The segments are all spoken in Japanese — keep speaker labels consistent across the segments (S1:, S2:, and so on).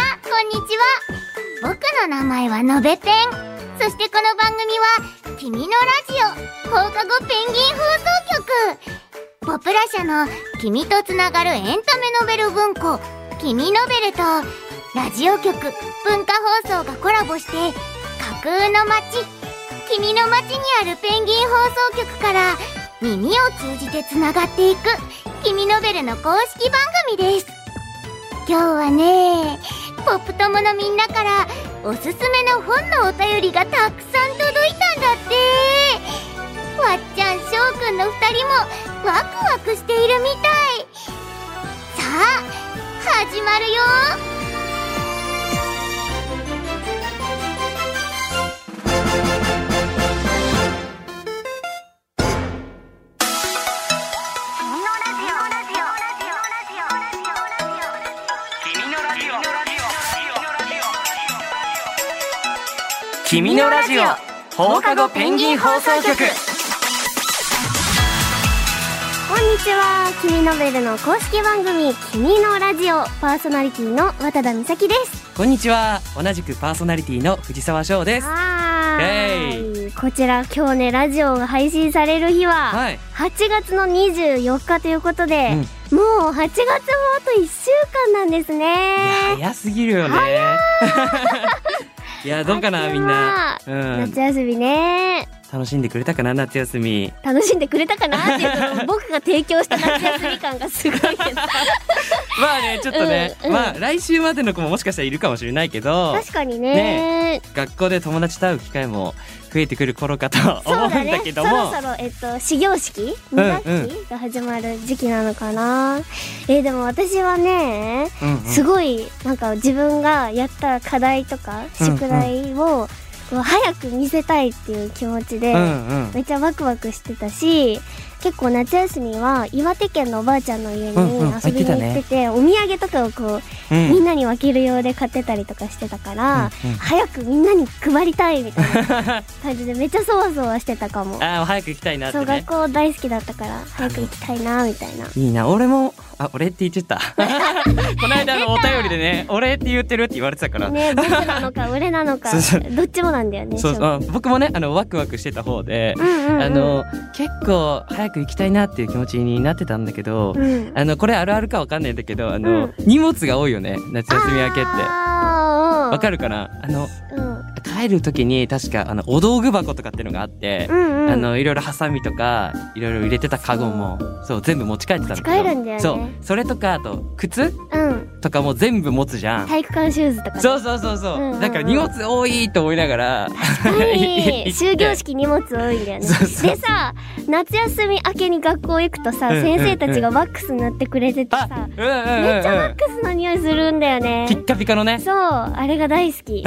S1: ちは僕の名前はのべペンそしてこの番組は「君のラジオ放課後ペンギン放送局」ポプラ社の「君とつながるエンタメノベル文庫」「君ノベル」とラジオ局文化放送がコラボして架空の街君の街にあるペンギン放送局から耳を通じてつながっていく君ノベルの公式番組です今日はねポップ友のみんなからおすすめの本のお便りがたくさん届いたんだってわっちゃんしょうくんの2人もワクワクしているみたいさあ始まるよ
S2: 君のラジオ放課後ペンギン放送局
S3: こんにちは君ノベルの公式番組「君のラジオ」パーソナリティの渡田美咲です
S2: こんにちは同じくパーソナリティの藤沢翔です
S3: は
S2: ー
S3: いこちら今日ねラジオが配信される日は
S2: はい
S3: 8月の24日ということで、もう8月もあと1週間なんです
S2: いや
S3: ね
S2: 早すぎるよね いやどうかなみんなうん
S3: 夏休みね
S2: 楽しんでくれたかな夏休み
S3: 楽しんでくれたかなっていう の僕が提供した夏休み感がすごいけど
S2: まあねちょっとね、
S3: うんうん
S2: まあ来週までの子ももしかしたらいるかもしれないけど
S3: 確かにね
S2: ね学校で友達と会う機会も増えてくる頃かと
S3: そ
S2: 思
S3: う
S2: う
S3: んだ
S2: だ
S3: ね
S2: け。
S3: そ
S2: ど
S3: ろ
S2: も
S3: そろ、えっと、始業式
S2: うん
S3: 二学期が始まる時期なのかな、えーでも私はね、
S2: うんうん
S3: すごい、なんか自分がやった課題とか、
S2: うん
S3: 宿題を、こう早く見せたいっていう気持ちで、
S2: うんうん
S3: めっちゃワクワクしてたし、結構夏休みは岩手県のおばあちゃんの家に
S2: うんうんあ
S3: 遊びに
S2: 行
S3: 行
S2: っ
S3: っててて、お土産とかをこう、
S2: うん
S3: みんなに分ける用で買ってたりとかしてたから、
S2: うんうん
S3: 早くみんなに配りたいみたい な感じでめっちゃそわそわしてたかも。
S2: ああ早く行きたいなって
S3: そう
S2: ね
S3: 学校大好きだったから早く行きたいなみたいな。
S2: いいな俺もあ俺って言って たこの間あのお便りでね俺って言ってるって言われてたから、
S3: ね僕なのか俺なのか
S2: そうそう
S3: どっちもなんだよね。
S2: そう
S3: しょ
S2: あ僕もねあのワクワクしてた方で、
S3: ううんうんうん。
S2: あの結構早く行きたいなっていう気持ちになってたんだけど、
S3: うん
S2: あのこれあるあるかわかんないんだけどあ
S3: う
S2: の、
S3: ん
S2: 荷物が多いよね夏休み明けって
S3: あーうん
S2: わかるかなあの
S3: うん
S2: 帰る時に確かあのお道具箱とかっていうのがあって、
S3: うんうん。
S2: あのいろいろハサミとかいろいろ入れてたカゴもそう全部持ち帰ってたんだけど
S3: 持ち帰るんだよね
S2: そうそれとかあと靴
S3: うん
S2: とかも全部持つじゃん。
S3: 体育館シューズとかね。
S2: そうそうそうそう。
S3: うんうんうん
S2: だから荷物多いと思いながら。
S3: はい、
S2: 行って
S3: 終業。式荷物多いんだよね。
S2: そうそう
S3: でさ、夏休み明けに学校行くとさ、
S2: うんうんうん
S3: 先生たちがワックス塗ってくれてて
S2: あ
S3: さ、、
S2: うんうん
S3: めっちゃ
S2: うん
S3: ワ
S2: う
S3: ッ
S2: ん。
S3: クスの匂いするんだよね
S2: ピ。ッカピカのね。
S3: そう、あれが大好 き。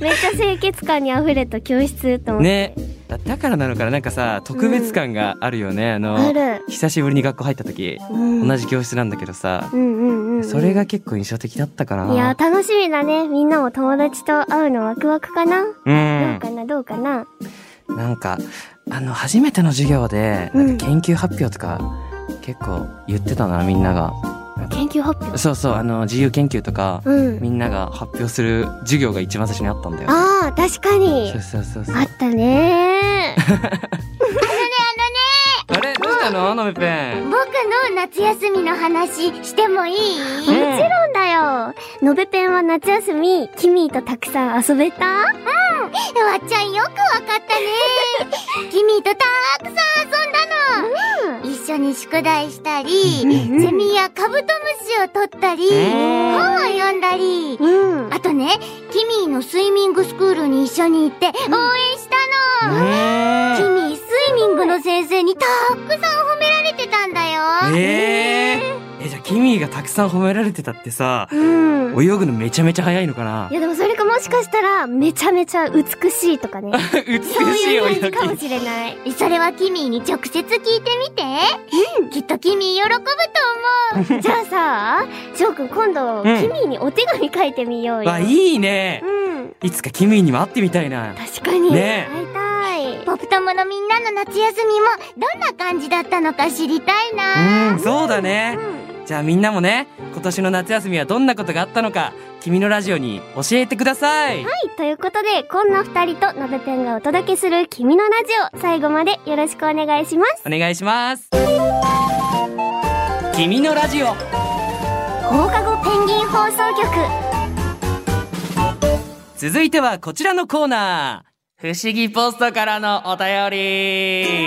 S3: めっちゃ清潔感にあふれた教室と思って。
S2: ね。だだからなのかななんかさ特別感があるよね、あ
S3: あ
S2: の
S3: る。
S2: 久しぶりに学校入った時、
S3: うん
S2: 同じ教室なんだけどさ
S3: う、んうんうん。
S2: それが結構印象的だったかない
S3: や、楽しみだね。みんなも友達と会うのワクワクかな、
S2: う
S3: どうんかなどうかな
S2: なんかあの初めての授業でなんか研究発表とか結構言ってたなみんなが
S3: 研究発表。
S2: そうそうあの自由研究とか、
S3: うん。
S2: みんなが発表する授業が一番最初にあったんだよ。
S3: ああ、確かに
S2: そ。うそうそうそう。
S3: あったね
S2: あれどうしたののめぺん。
S1: 僕の夏休みの話してもいい
S3: もちろんだよ。のべペンは夏休み、キミーとたくさん遊べた
S1: わっちゃんよくわかった ね君とたくさん遊んだの、一緒に宿題したり、
S3: うんうん
S1: セミやカブトムシを取ったり、
S2: うん
S1: 本を読んだり、
S3: うん。
S1: あとねキミーのスイミングスクールに一緒に行って応援したの、キ
S2: ね
S1: ミースイミングの先生にたくさん褒められてたんだよ
S2: え。えー、えじゃあキミがたくさん褒められてたってさ、
S3: うん。。
S2: 泳ぐのめちゃめちゃ早いのかない
S3: やでもそれかもしかしたら、めちゃめちゃ美しいとかね。
S2: 美し
S3: そう
S2: い
S3: いう感じ
S2: 泳
S3: かもし
S2: ぎ。
S3: れない。
S1: それはキミーに直接聞いてみて、きっとキミー喜ぶと思う
S3: じゃあさ、しょうくん今度、
S2: うん
S3: キミーにお手紙書いてみようよ。
S2: わいいね
S3: う。ん。
S2: いつかキミにも会ってみたいな。
S3: 確かに。
S2: ねえ
S3: 会いたい。
S1: ポプトモのみんなの夏休みもどんな感じだったのか知りたいな、
S2: うんそうだね。
S3: うん。
S2: じゃあみんなもね、今年の夏休みはどんなことがあったのか、君のラジオに教えてください。
S3: はい、ということで、こんな二人とのべペンがお届けする君のラジオ、最後までよろしくお願いします。
S2: お願いします。君のラジオ。
S3: 放課後ペンギン放送局。
S2: 続いてはこちらのコーナー。不思議ポストからのお便り。イエー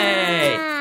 S2: イ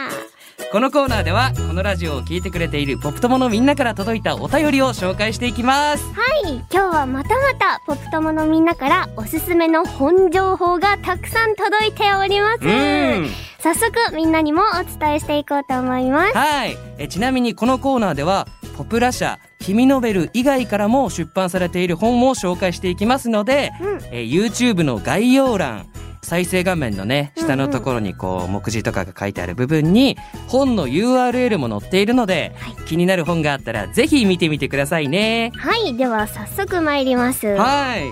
S2: このコーナーではこのラジオを聞いてくれているポップ友のみんなから届いたお便りを紹介していきます
S3: はい、今日はまたまた、ポップ友のみんなからおすすめの本情報がたくさん届いております。
S2: うん
S3: 早速、みんなにもお伝えしていこうと思います。
S2: はいえちなみにこのコーナーではポプラ社君ノベル以外からも出版されている本を紹介していきますので、
S3: うん
S2: え YouTube の概要欄再生画面のね
S3: うんうん
S2: 下のところにこう目次とかが書いてある部分に本の URL も載っているので、気になる本があったらぜひ見てみてくださいね。
S3: はい、では早速参ります。
S2: はい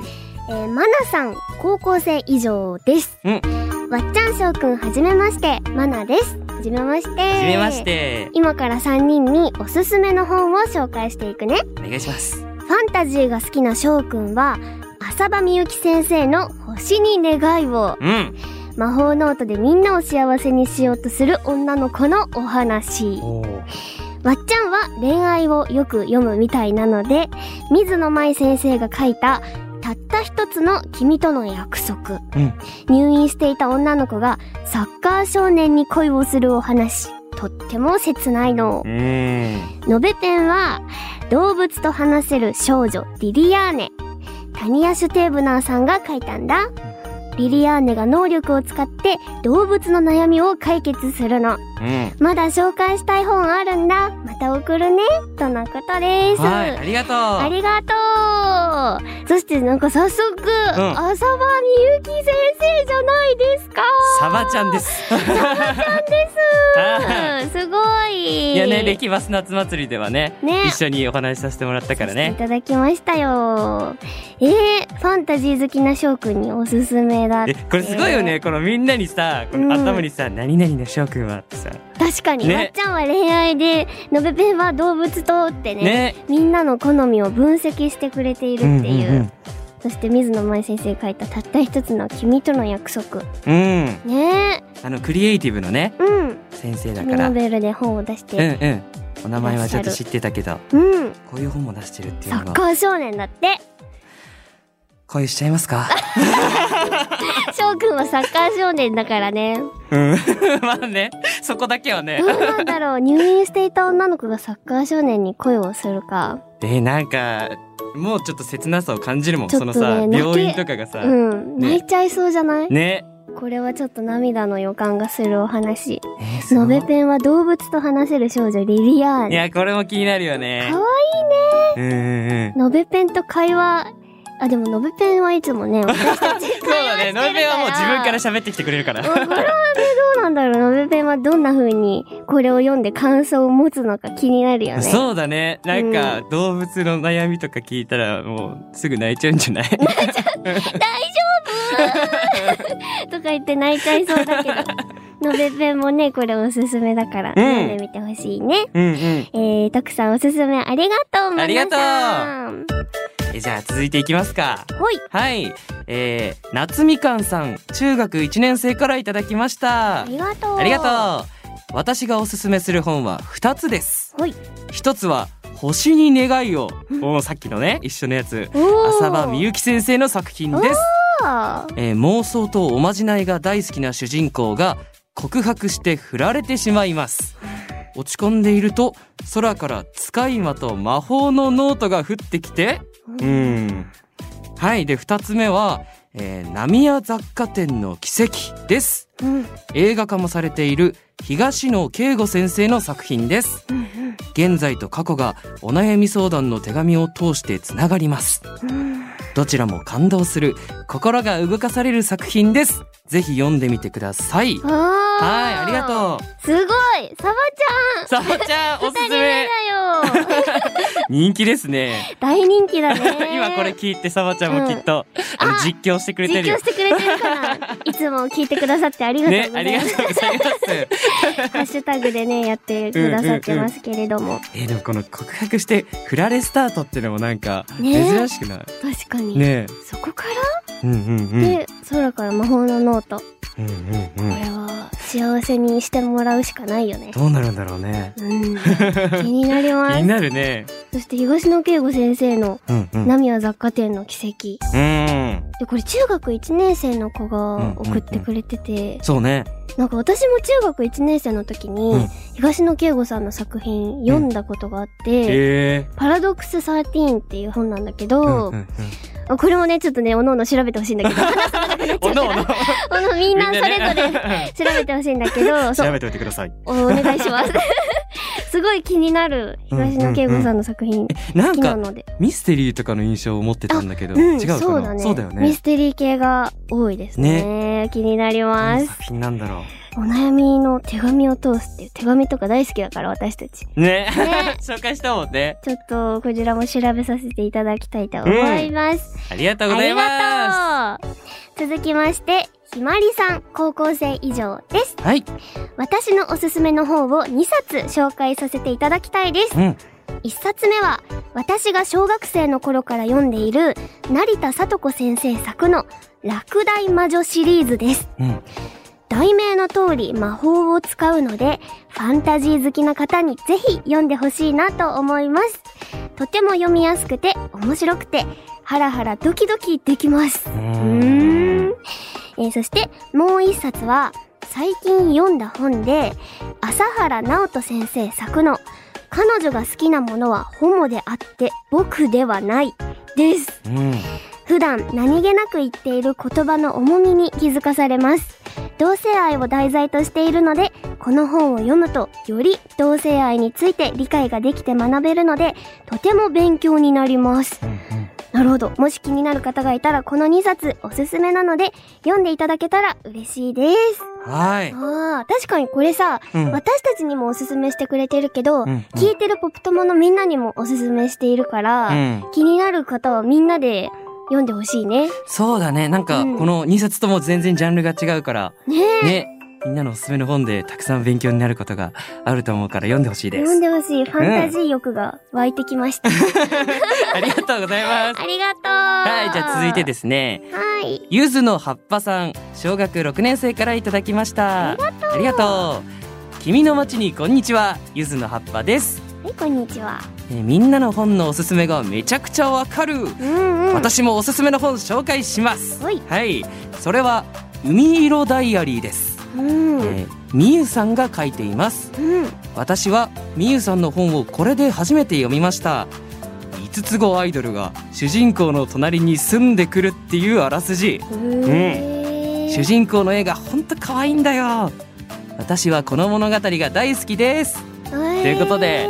S3: えー、マナさん、高校生以上です。
S2: うん
S3: わっちゃんしょうくん、はじめまして。マナです。はじめまして。は
S2: はじめまし。て
S3: 今から3人におすすめの本を紹介していくね。
S2: お願いします。
S3: ファンタジーが好きなしょうくんは、浅場みゆき先生の星に願いを、
S2: うん
S3: 魔法ノートでみんなを幸せにしようとする女の子のお話。わっちゃんは恋愛をよく読むみたいなので、水野舞先生が書いた、たった一つの君との約束。
S2: うん
S3: 入院していた女の子がサッカー少年に恋をするお話。とっても切ないの
S2: う。ん
S3: のべペンは、動物と話せる少女リリアーネ。タニア・シュテーブナーさんが書いたんだ。リリアーネが能力を使って動物の悩みを解決するの。
S2: うん
S3: まだ紹介したい本あるんだ。また送るね。とのことです。
S2: はいありがとう
S3: ありがとうそしてなんか早速、
S2: ん
S3: 浅場みゆき先生じゃないです か
S2: サバちゃんです。サバちゃん です。
S3: うんすごい
S2: いやね、歴バス夏祭りではね、
S3: ね
S2: 一緒にお話しさせてもらったから
S3: い
S2: ね。
S3: ただきましたよえー、ファンタジー好きな翔くんにおすすめだっ
S2: え、
S3: て
S2: これすごいよね、このみんなにさ、この頭にさ、何々の翔くんはってさ、
S3: 確かに、
S2: ね
S3: まっちゃんは恋愛でのべべは動物とってね
S2: ね。
S3: みんなの好みを分析してくれているっていう,、
S2: うんうん
S3: そして水野舞先生が書いたたった一つの君との約束
S2: うん、うん
S3: ね
S2: あのクリエイティブのね、
S3: えうん
S2: 先生だ
S3: 君
S2: から。
S3: ノ
S2: うん
S3: ベルで本を出して
S2: うん。お名前はちょっと知ってたけど、
S3: うん、
S2: こういう本も出してるってい
S3: サ
S2: う
S3: ッ
S2: のが。
S3: カー少年だ って。
S2: 恋しちゃいま すか。
S3: 翔くんはサッカー少年だからね。
S2: うん。 まあね、そこだけはね
S3: どう。なんだろう、入院していた女の子がサッカー少年に恋をするか。
S2: で、なんか、もうちょっと切なさを感じるもん、
S3: ちょっ
S2: そ
S3: とね
S2: のさ、
S3: 泣け
S2: 病院とかがさ。
S3: うん、
S2: ね
S3: 泣いちゃいそうじゃない、
S2: ね。
S3: これはちょっと涙の予感がするお話。
S2: えーすご
S3: の
S2: い
S3: べペンは動物と話せる少女リリアー
S2: い
S3: ネ。
S2: や、これも気になるよね
S3: か。わ
S2: うんうんう
S3: い
S2: ん。
S3: い。のべペンと会話。あ、でものべペンはいつも ね、私たち
S2: そうだね。ノイベはもう自分から喋ってきてくれるから。
S3: これはね、どうなんだろう。のべペンはどんな風にこれを読んで感想を持つのか気になるよね。
S2: そうだね。なんか、動物の悩みとか聞いたら、もう、すぐ泣いちゃうんじゃない
S3: とか言って泣いちゃいそう だけど。のべべもね、これおすすめだから、読んでみてほしいね。
S2: うんうん。
S3: えー、たくさんおすすめありがとう、
S2: ありがとう
S3: マナさ
S2: えじゃあ、続いていきますか。
S3: んほい。
S2: はい。えー、夏みかんさん、中学1年生からいただきました
S3: あ。りがとう。
S2: ありがとう。私がおすすめする本は2つです。
S3: ほい。
S2: 1つは、星に願いを。おーさっきのね、一緒のやつ。
S3: おー
S2: 浅場みゆき先生の作品です。
S3: あ
S2: えー妄想とおまじないが大好きな主人公が告白して振られてしまいます落ち込んでいると空から使い魔と魔法のノートが降ってきて
S3: う
S2: うんはいで2つ目は、えー、浪屋雑貨店の奇跡です
S3: ーうん。
S2: 映画化もされている東野圭吾先生の作品です現在と過去がお悩み相談の手紙を通してつながります
S3: うん。
S2: どちらも感動する心が動かされる作品です。ぜひ読んでみてください。
S3: おー
S2: はい、ありがと
S3: う。すごいサバ
S2: う。さほちゃん、
S3: ちゃん
S2: おすす
S3: 二
S2: め。
S3: 人目だよ
S2: 人気ですね。
S3: 大人気だね。
S2: 今これ聞いて、さばちゃんもきっと、あ
S3: あ
S2: の実況してくれて
S3: 実
S2: るよ
S3: 況し。てくれてるから、いつも聞いてくださってありがとうご
S2: ね、
S3: ざ
S2: あ
S3: い
S2: りが
S3: ます。
S2: とうございます。
S3: ハッシュタグでね、やってくださってますけれども。
S2: えーでもこの告白して振られスタートっていうのもなんか
S3: ね
S2: 珍しくない
S3: 確かに。
S2: ね
S3: そこか
S2: えうんうんう
S3: ら
S2: ん
S3: で、空から魔法のノート。こ
S2: うんうんうん
S3: れは幸せにしてもらうしかないよ ね。
S2: どうなるんだろうね
S3: うん。気になりま
S2: 気に
S3: す。
S2: なるね
S3: そして東野圭吾先生の
S2: うん
S3: 「
S2: うん
S3: ナミは雑貨店の奇跡
S2: うん」
S3: でこれ中学1年生の子が送ってくれてて
S2: そうね
S3: なんか私も中学1年生の時
S2: うん
S3: に東野圭吾さんの作品読んだことがあって
S2: え
S3: 「パラドックス13」っていう本なんだけ
S2: えうん
S3: ど
S2: うんうん
S3: あこれもねちょっとねおのおの調べてほしいんだけど
S2: おのお の
S3: おのみんなそれぞれ
S2: れ
S3: 調べてほしいんだけどそう
S2: 調べておいてください
S3: お願いし ますすごい気になる東野圭吾さんの作品
S2: な
S3: 好
S2: ん
S3: きな
S2: か
S3: ので
S2: ミステリーとかの印象を持ってたんだけど
S3: うん、
S2: 違うかな
S3: そうだね。
S2: そうだよね
S3: ミステリー系が多いですね。気になり
S2: どん
S3: ま
S2: な
S3: す。
S2: 作品なんだろ
S3: お悩みの手紙を通すっていう手紙とか大好きだから私たち。
S2: うね
S3: ね
S2: 紹介したもんね
S3: ちょっとこちらも調べさせていただきたいと思います。
S2: ありがとうご
S3: あ
S2: ざい
S3: り
S2: ま
S3: がとう続きまして、ひまりさん、高校生以上です。
S2: すはい
S3: 私のおすすめの本を2冊紹介させていただきたいです。
S2: うん
S3: 1冊目は私が小学生の頃から読んでいる成田聡子先生作の「落第魔女」シリーズです
S2: うん
S3: 題名の通り魔法を使うのでファンタジー好きな方にぜひ読んでほしいなと思いますとても読みやすくて面白くてハラハラドキドキできます
S2: う
S3: うーん、えーそしてもう一冊は最近読んだ本で朝原直人先生作の「彼女が好きなものはホモであって僕ではない」です
S2: うん
S3: 普段何気なく言っている言葉の重みに気づかされます同性愛を題材としているのでこの本を読むとより同性愛について理解ができて学べるのでとても勉強になります
S2: うんうん
S3: なるほど。もし気になる方がいたら、この2冊おすすめなので、読んでいただけたら嬉しいです。
S2: はい。
S3: ああ、確かにこれさ、
S2: うん
S3: 私たちにもおすすめしてくれてるけど、
S2: うん
S3: 聞いてるポップ友のみんなにもおすすめしているか
S2: う
S3: ら、
S2: ん、
S3: 気になる方はみんなで読んでほしいね。
S2: そうだね。なんか、
S3: うん
S2: この2冊とも全然ジャンルが違うから、
S3: ねえ。
S2: ね、みんなのおすすめの本でたくさん勉強になることがあると思うから読んでほしいで
S3: 読ん
S2: す。
S3: でほしい。ファンタジー欲が湧いてきました。
S2: ありがとうございます。
S3: ありがとう。
S2: はい、じゃあ続いて
S3: で
S2: ですね、
S3: す。はい。
S2: ゆずの葉っぱさん、小学6年生からいただきました。ありがとう。君の街にこんにちは、ゆずの葉っぱです。
S3: はい、こんにちは。
S2: えーみんなの本のおすすめがめちゃくちゃわかる。
S3: うんうん。
S2: 私もおすすめの本紹介します。
S3: はい
S2: はい、それは海色ダイアリーです。
S3: うん。う
S2: えーみゆさんが書いています
S3: ん。
S2: 私はみゆさんの本をこれで初めて読みました5つ子アイドルが主人公の隣に住んでくるっていうあらす
S3: へ
S2: じ
S3: ー
S2: 主人公の絵がほんと可愛いんだよ私はこの物語が大好きです
S3: とい
S2: いうことで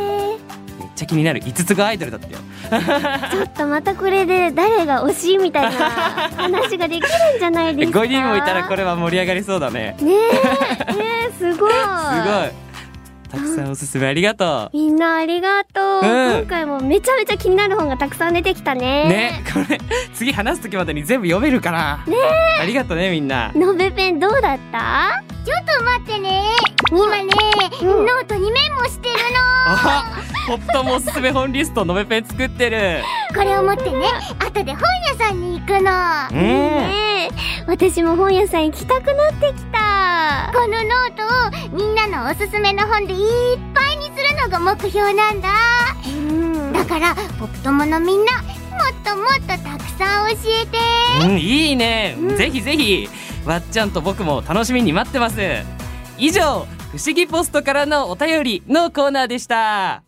S2: めっちゃ気になる5つ子アイドルだったよ
S3: ちょっとまたこれで誰が推しみたいな 話ができるんじゃないですか
S2: 5人もいたらこれは盛り上がりそうだね
S3: ねえねえすごい
S2: すごいたくさんおすすめありがと
S3: みんなありがとう、
S2: うん
S3: 今回もめちゃめちゃ気になる本がたくさん出てきた
S2: う
S3: ね
S2: ねこれ次話す時までに全部読めるかなねありがとうねみんな
S3: のべペンどうだった
S1: ちょっと待ってね今ね、
S3: うん
S1: ノートにメモしてる
S2: あポットもおすすめ本リストのべペン作ってる。
S1: のこれを持ってね後で本屋さんに行くの
S2: ん。
S3: ねえ私も本屋さん行きたくなってきた
S1: このノートをみんなのおすすめの本でいっぱいにするのが目標なんだ
S3: うん
S1: だからポプトモのみんなもっともっとたくさん教えて
S2: うん、いいね
S3: うん。
S2: ぜひぜひわっちゃんと僕も楽しみに待ってます。以上不思議ポストからのお便りのコーナーでした。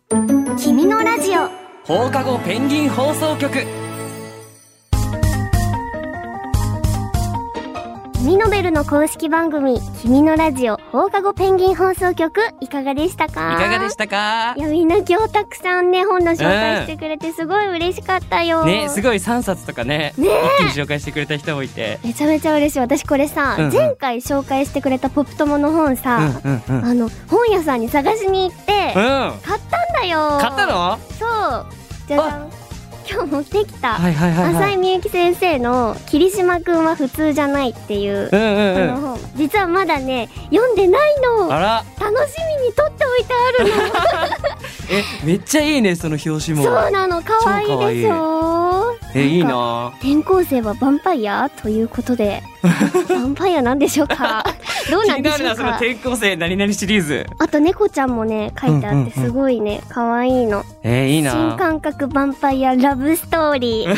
S1: 君のラジオ
S2: 放課後ペンギン放送局。
S3: ミノベルの公式番組「君のラジオ放課後ペンギン放送局」いかがでしたか
S2: いかがでしたか
S3: いやみんな今日たくさんね本の紹介してくれてすごい嬉しかったよ、
S2: ねすごい3冊とかね
S3: ね
S2: 一気に紹介してくれた人もいて
S3: めちゃめちゃ嬉しい私これさ、
S2: うんうん
S3: 前回紹介してくれたポップ友の本
S2: うん
S3: さ、
S2: うんうんうん
S3: あの本屋さんに探しに行って、買ったんだよ
S2: 買ったの
S3: そうじゃじゃん今日持ってきた、
S2: はいはいはいは
S3: 浅
S2: い
S3: 井みゆき先生の「霧島くんは普通じゃない」っていう、
S2: うんうん
S3: あ
S2: うん
S3: の本実はまだね読んでないの
S2: あ
S3: 楽
S2: ら
S3: しみに取っておいてあるの
S2: えめっちゃいいねその表紙も
S3: そうなの可愛いでしょ
S2: えいい
S3: んか
S2: な
S3: 転校生はヴァンパイアということ でヴァンパイアなんでしょうかどう
S2: 気
S3: なん
S2: に
S3: で
S2: な
S3: し
S2: る
S3: ょ
S2: な
S3: う
S2: その
S3: か
S2: 転校生何々シリーズ
S3: あと猫ちゃんもね書いてあ
S2: うんう
S3: っ
S2: んうん
S3: てすごいね可愛いの
S2: えいい
S3: 新
S2: な
S3: 感覚ヴァンパイアラブストーリ ー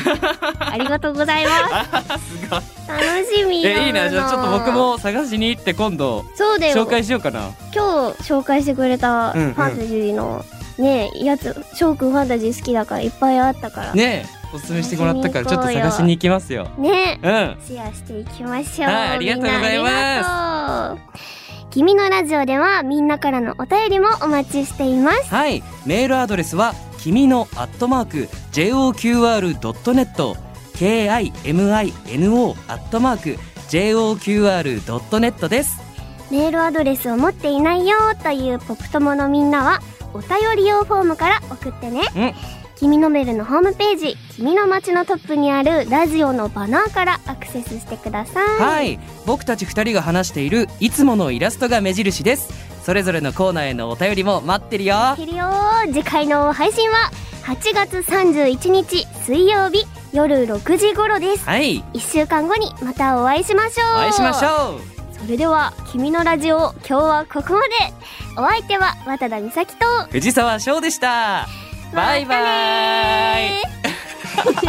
S3: ありがとうございます
S2: すごい
S3: 楽しみなの
S2: えいいなじゃあちょっと僕も探しに行って今度
S3: そうだよ
S2: 紹介しようかな
S3: 今日紹介してくれた
S2: う
S3: フ
S2: んうん
S3: ァンタジーのねやつ翔くんファンタジー好きだからいっぱいあったからね
S2: ねおすすめしてもらったからちょっと探しに行きますようん
S3: シェアしていきましょう
S2: はいありがとうございます
S3: みんなありがとう君のラジオではみんなからのお便りもお待ちしています
S2: はいメールアドレスは君のアットマーク JOQR.net KIMINO アットマーク JOQR.net です
S3: メールアドレスを持っていないよというポプ友のみんなはお便り用フォームから送ってね
S2: うん
S3: 君のメルのホームページ「君の街」のトップにあるラジオのバナーからアクセスしてください
S2: はい僕たち2人が話しているいつものイラストが目印ですそれぞれのコーナーへのお便りも待ってるよ
S3: いけるよー次回の配信は8月31日水曜日夜6時頃です
S2: はい
S3: 1週間後にまたお会いしましょう
S2: お会いしましょう
S3: それでは「君のラジオ」今日はここまでお相手は渡田美咲と
S2: 藤沢翔でしたバイバイ、
S3: またねー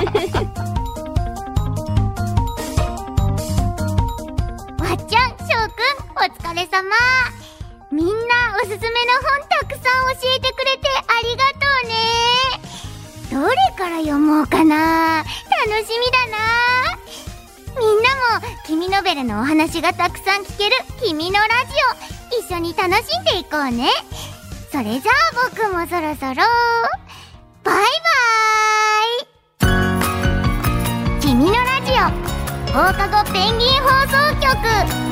S1: わっちゃん、しょうくん、お疲れ様。みんなおすすめの本たくさん教えてくれてありがとうね。どれから読もうかな。楽しみだな。みんなも、君ノベルのお話がたくさん聞ける君のラジオ、一緒に楽しんでいこうね。それじゃあ僕もそろそろ、バイバーイ君のラジオ放課後ペンギン放送局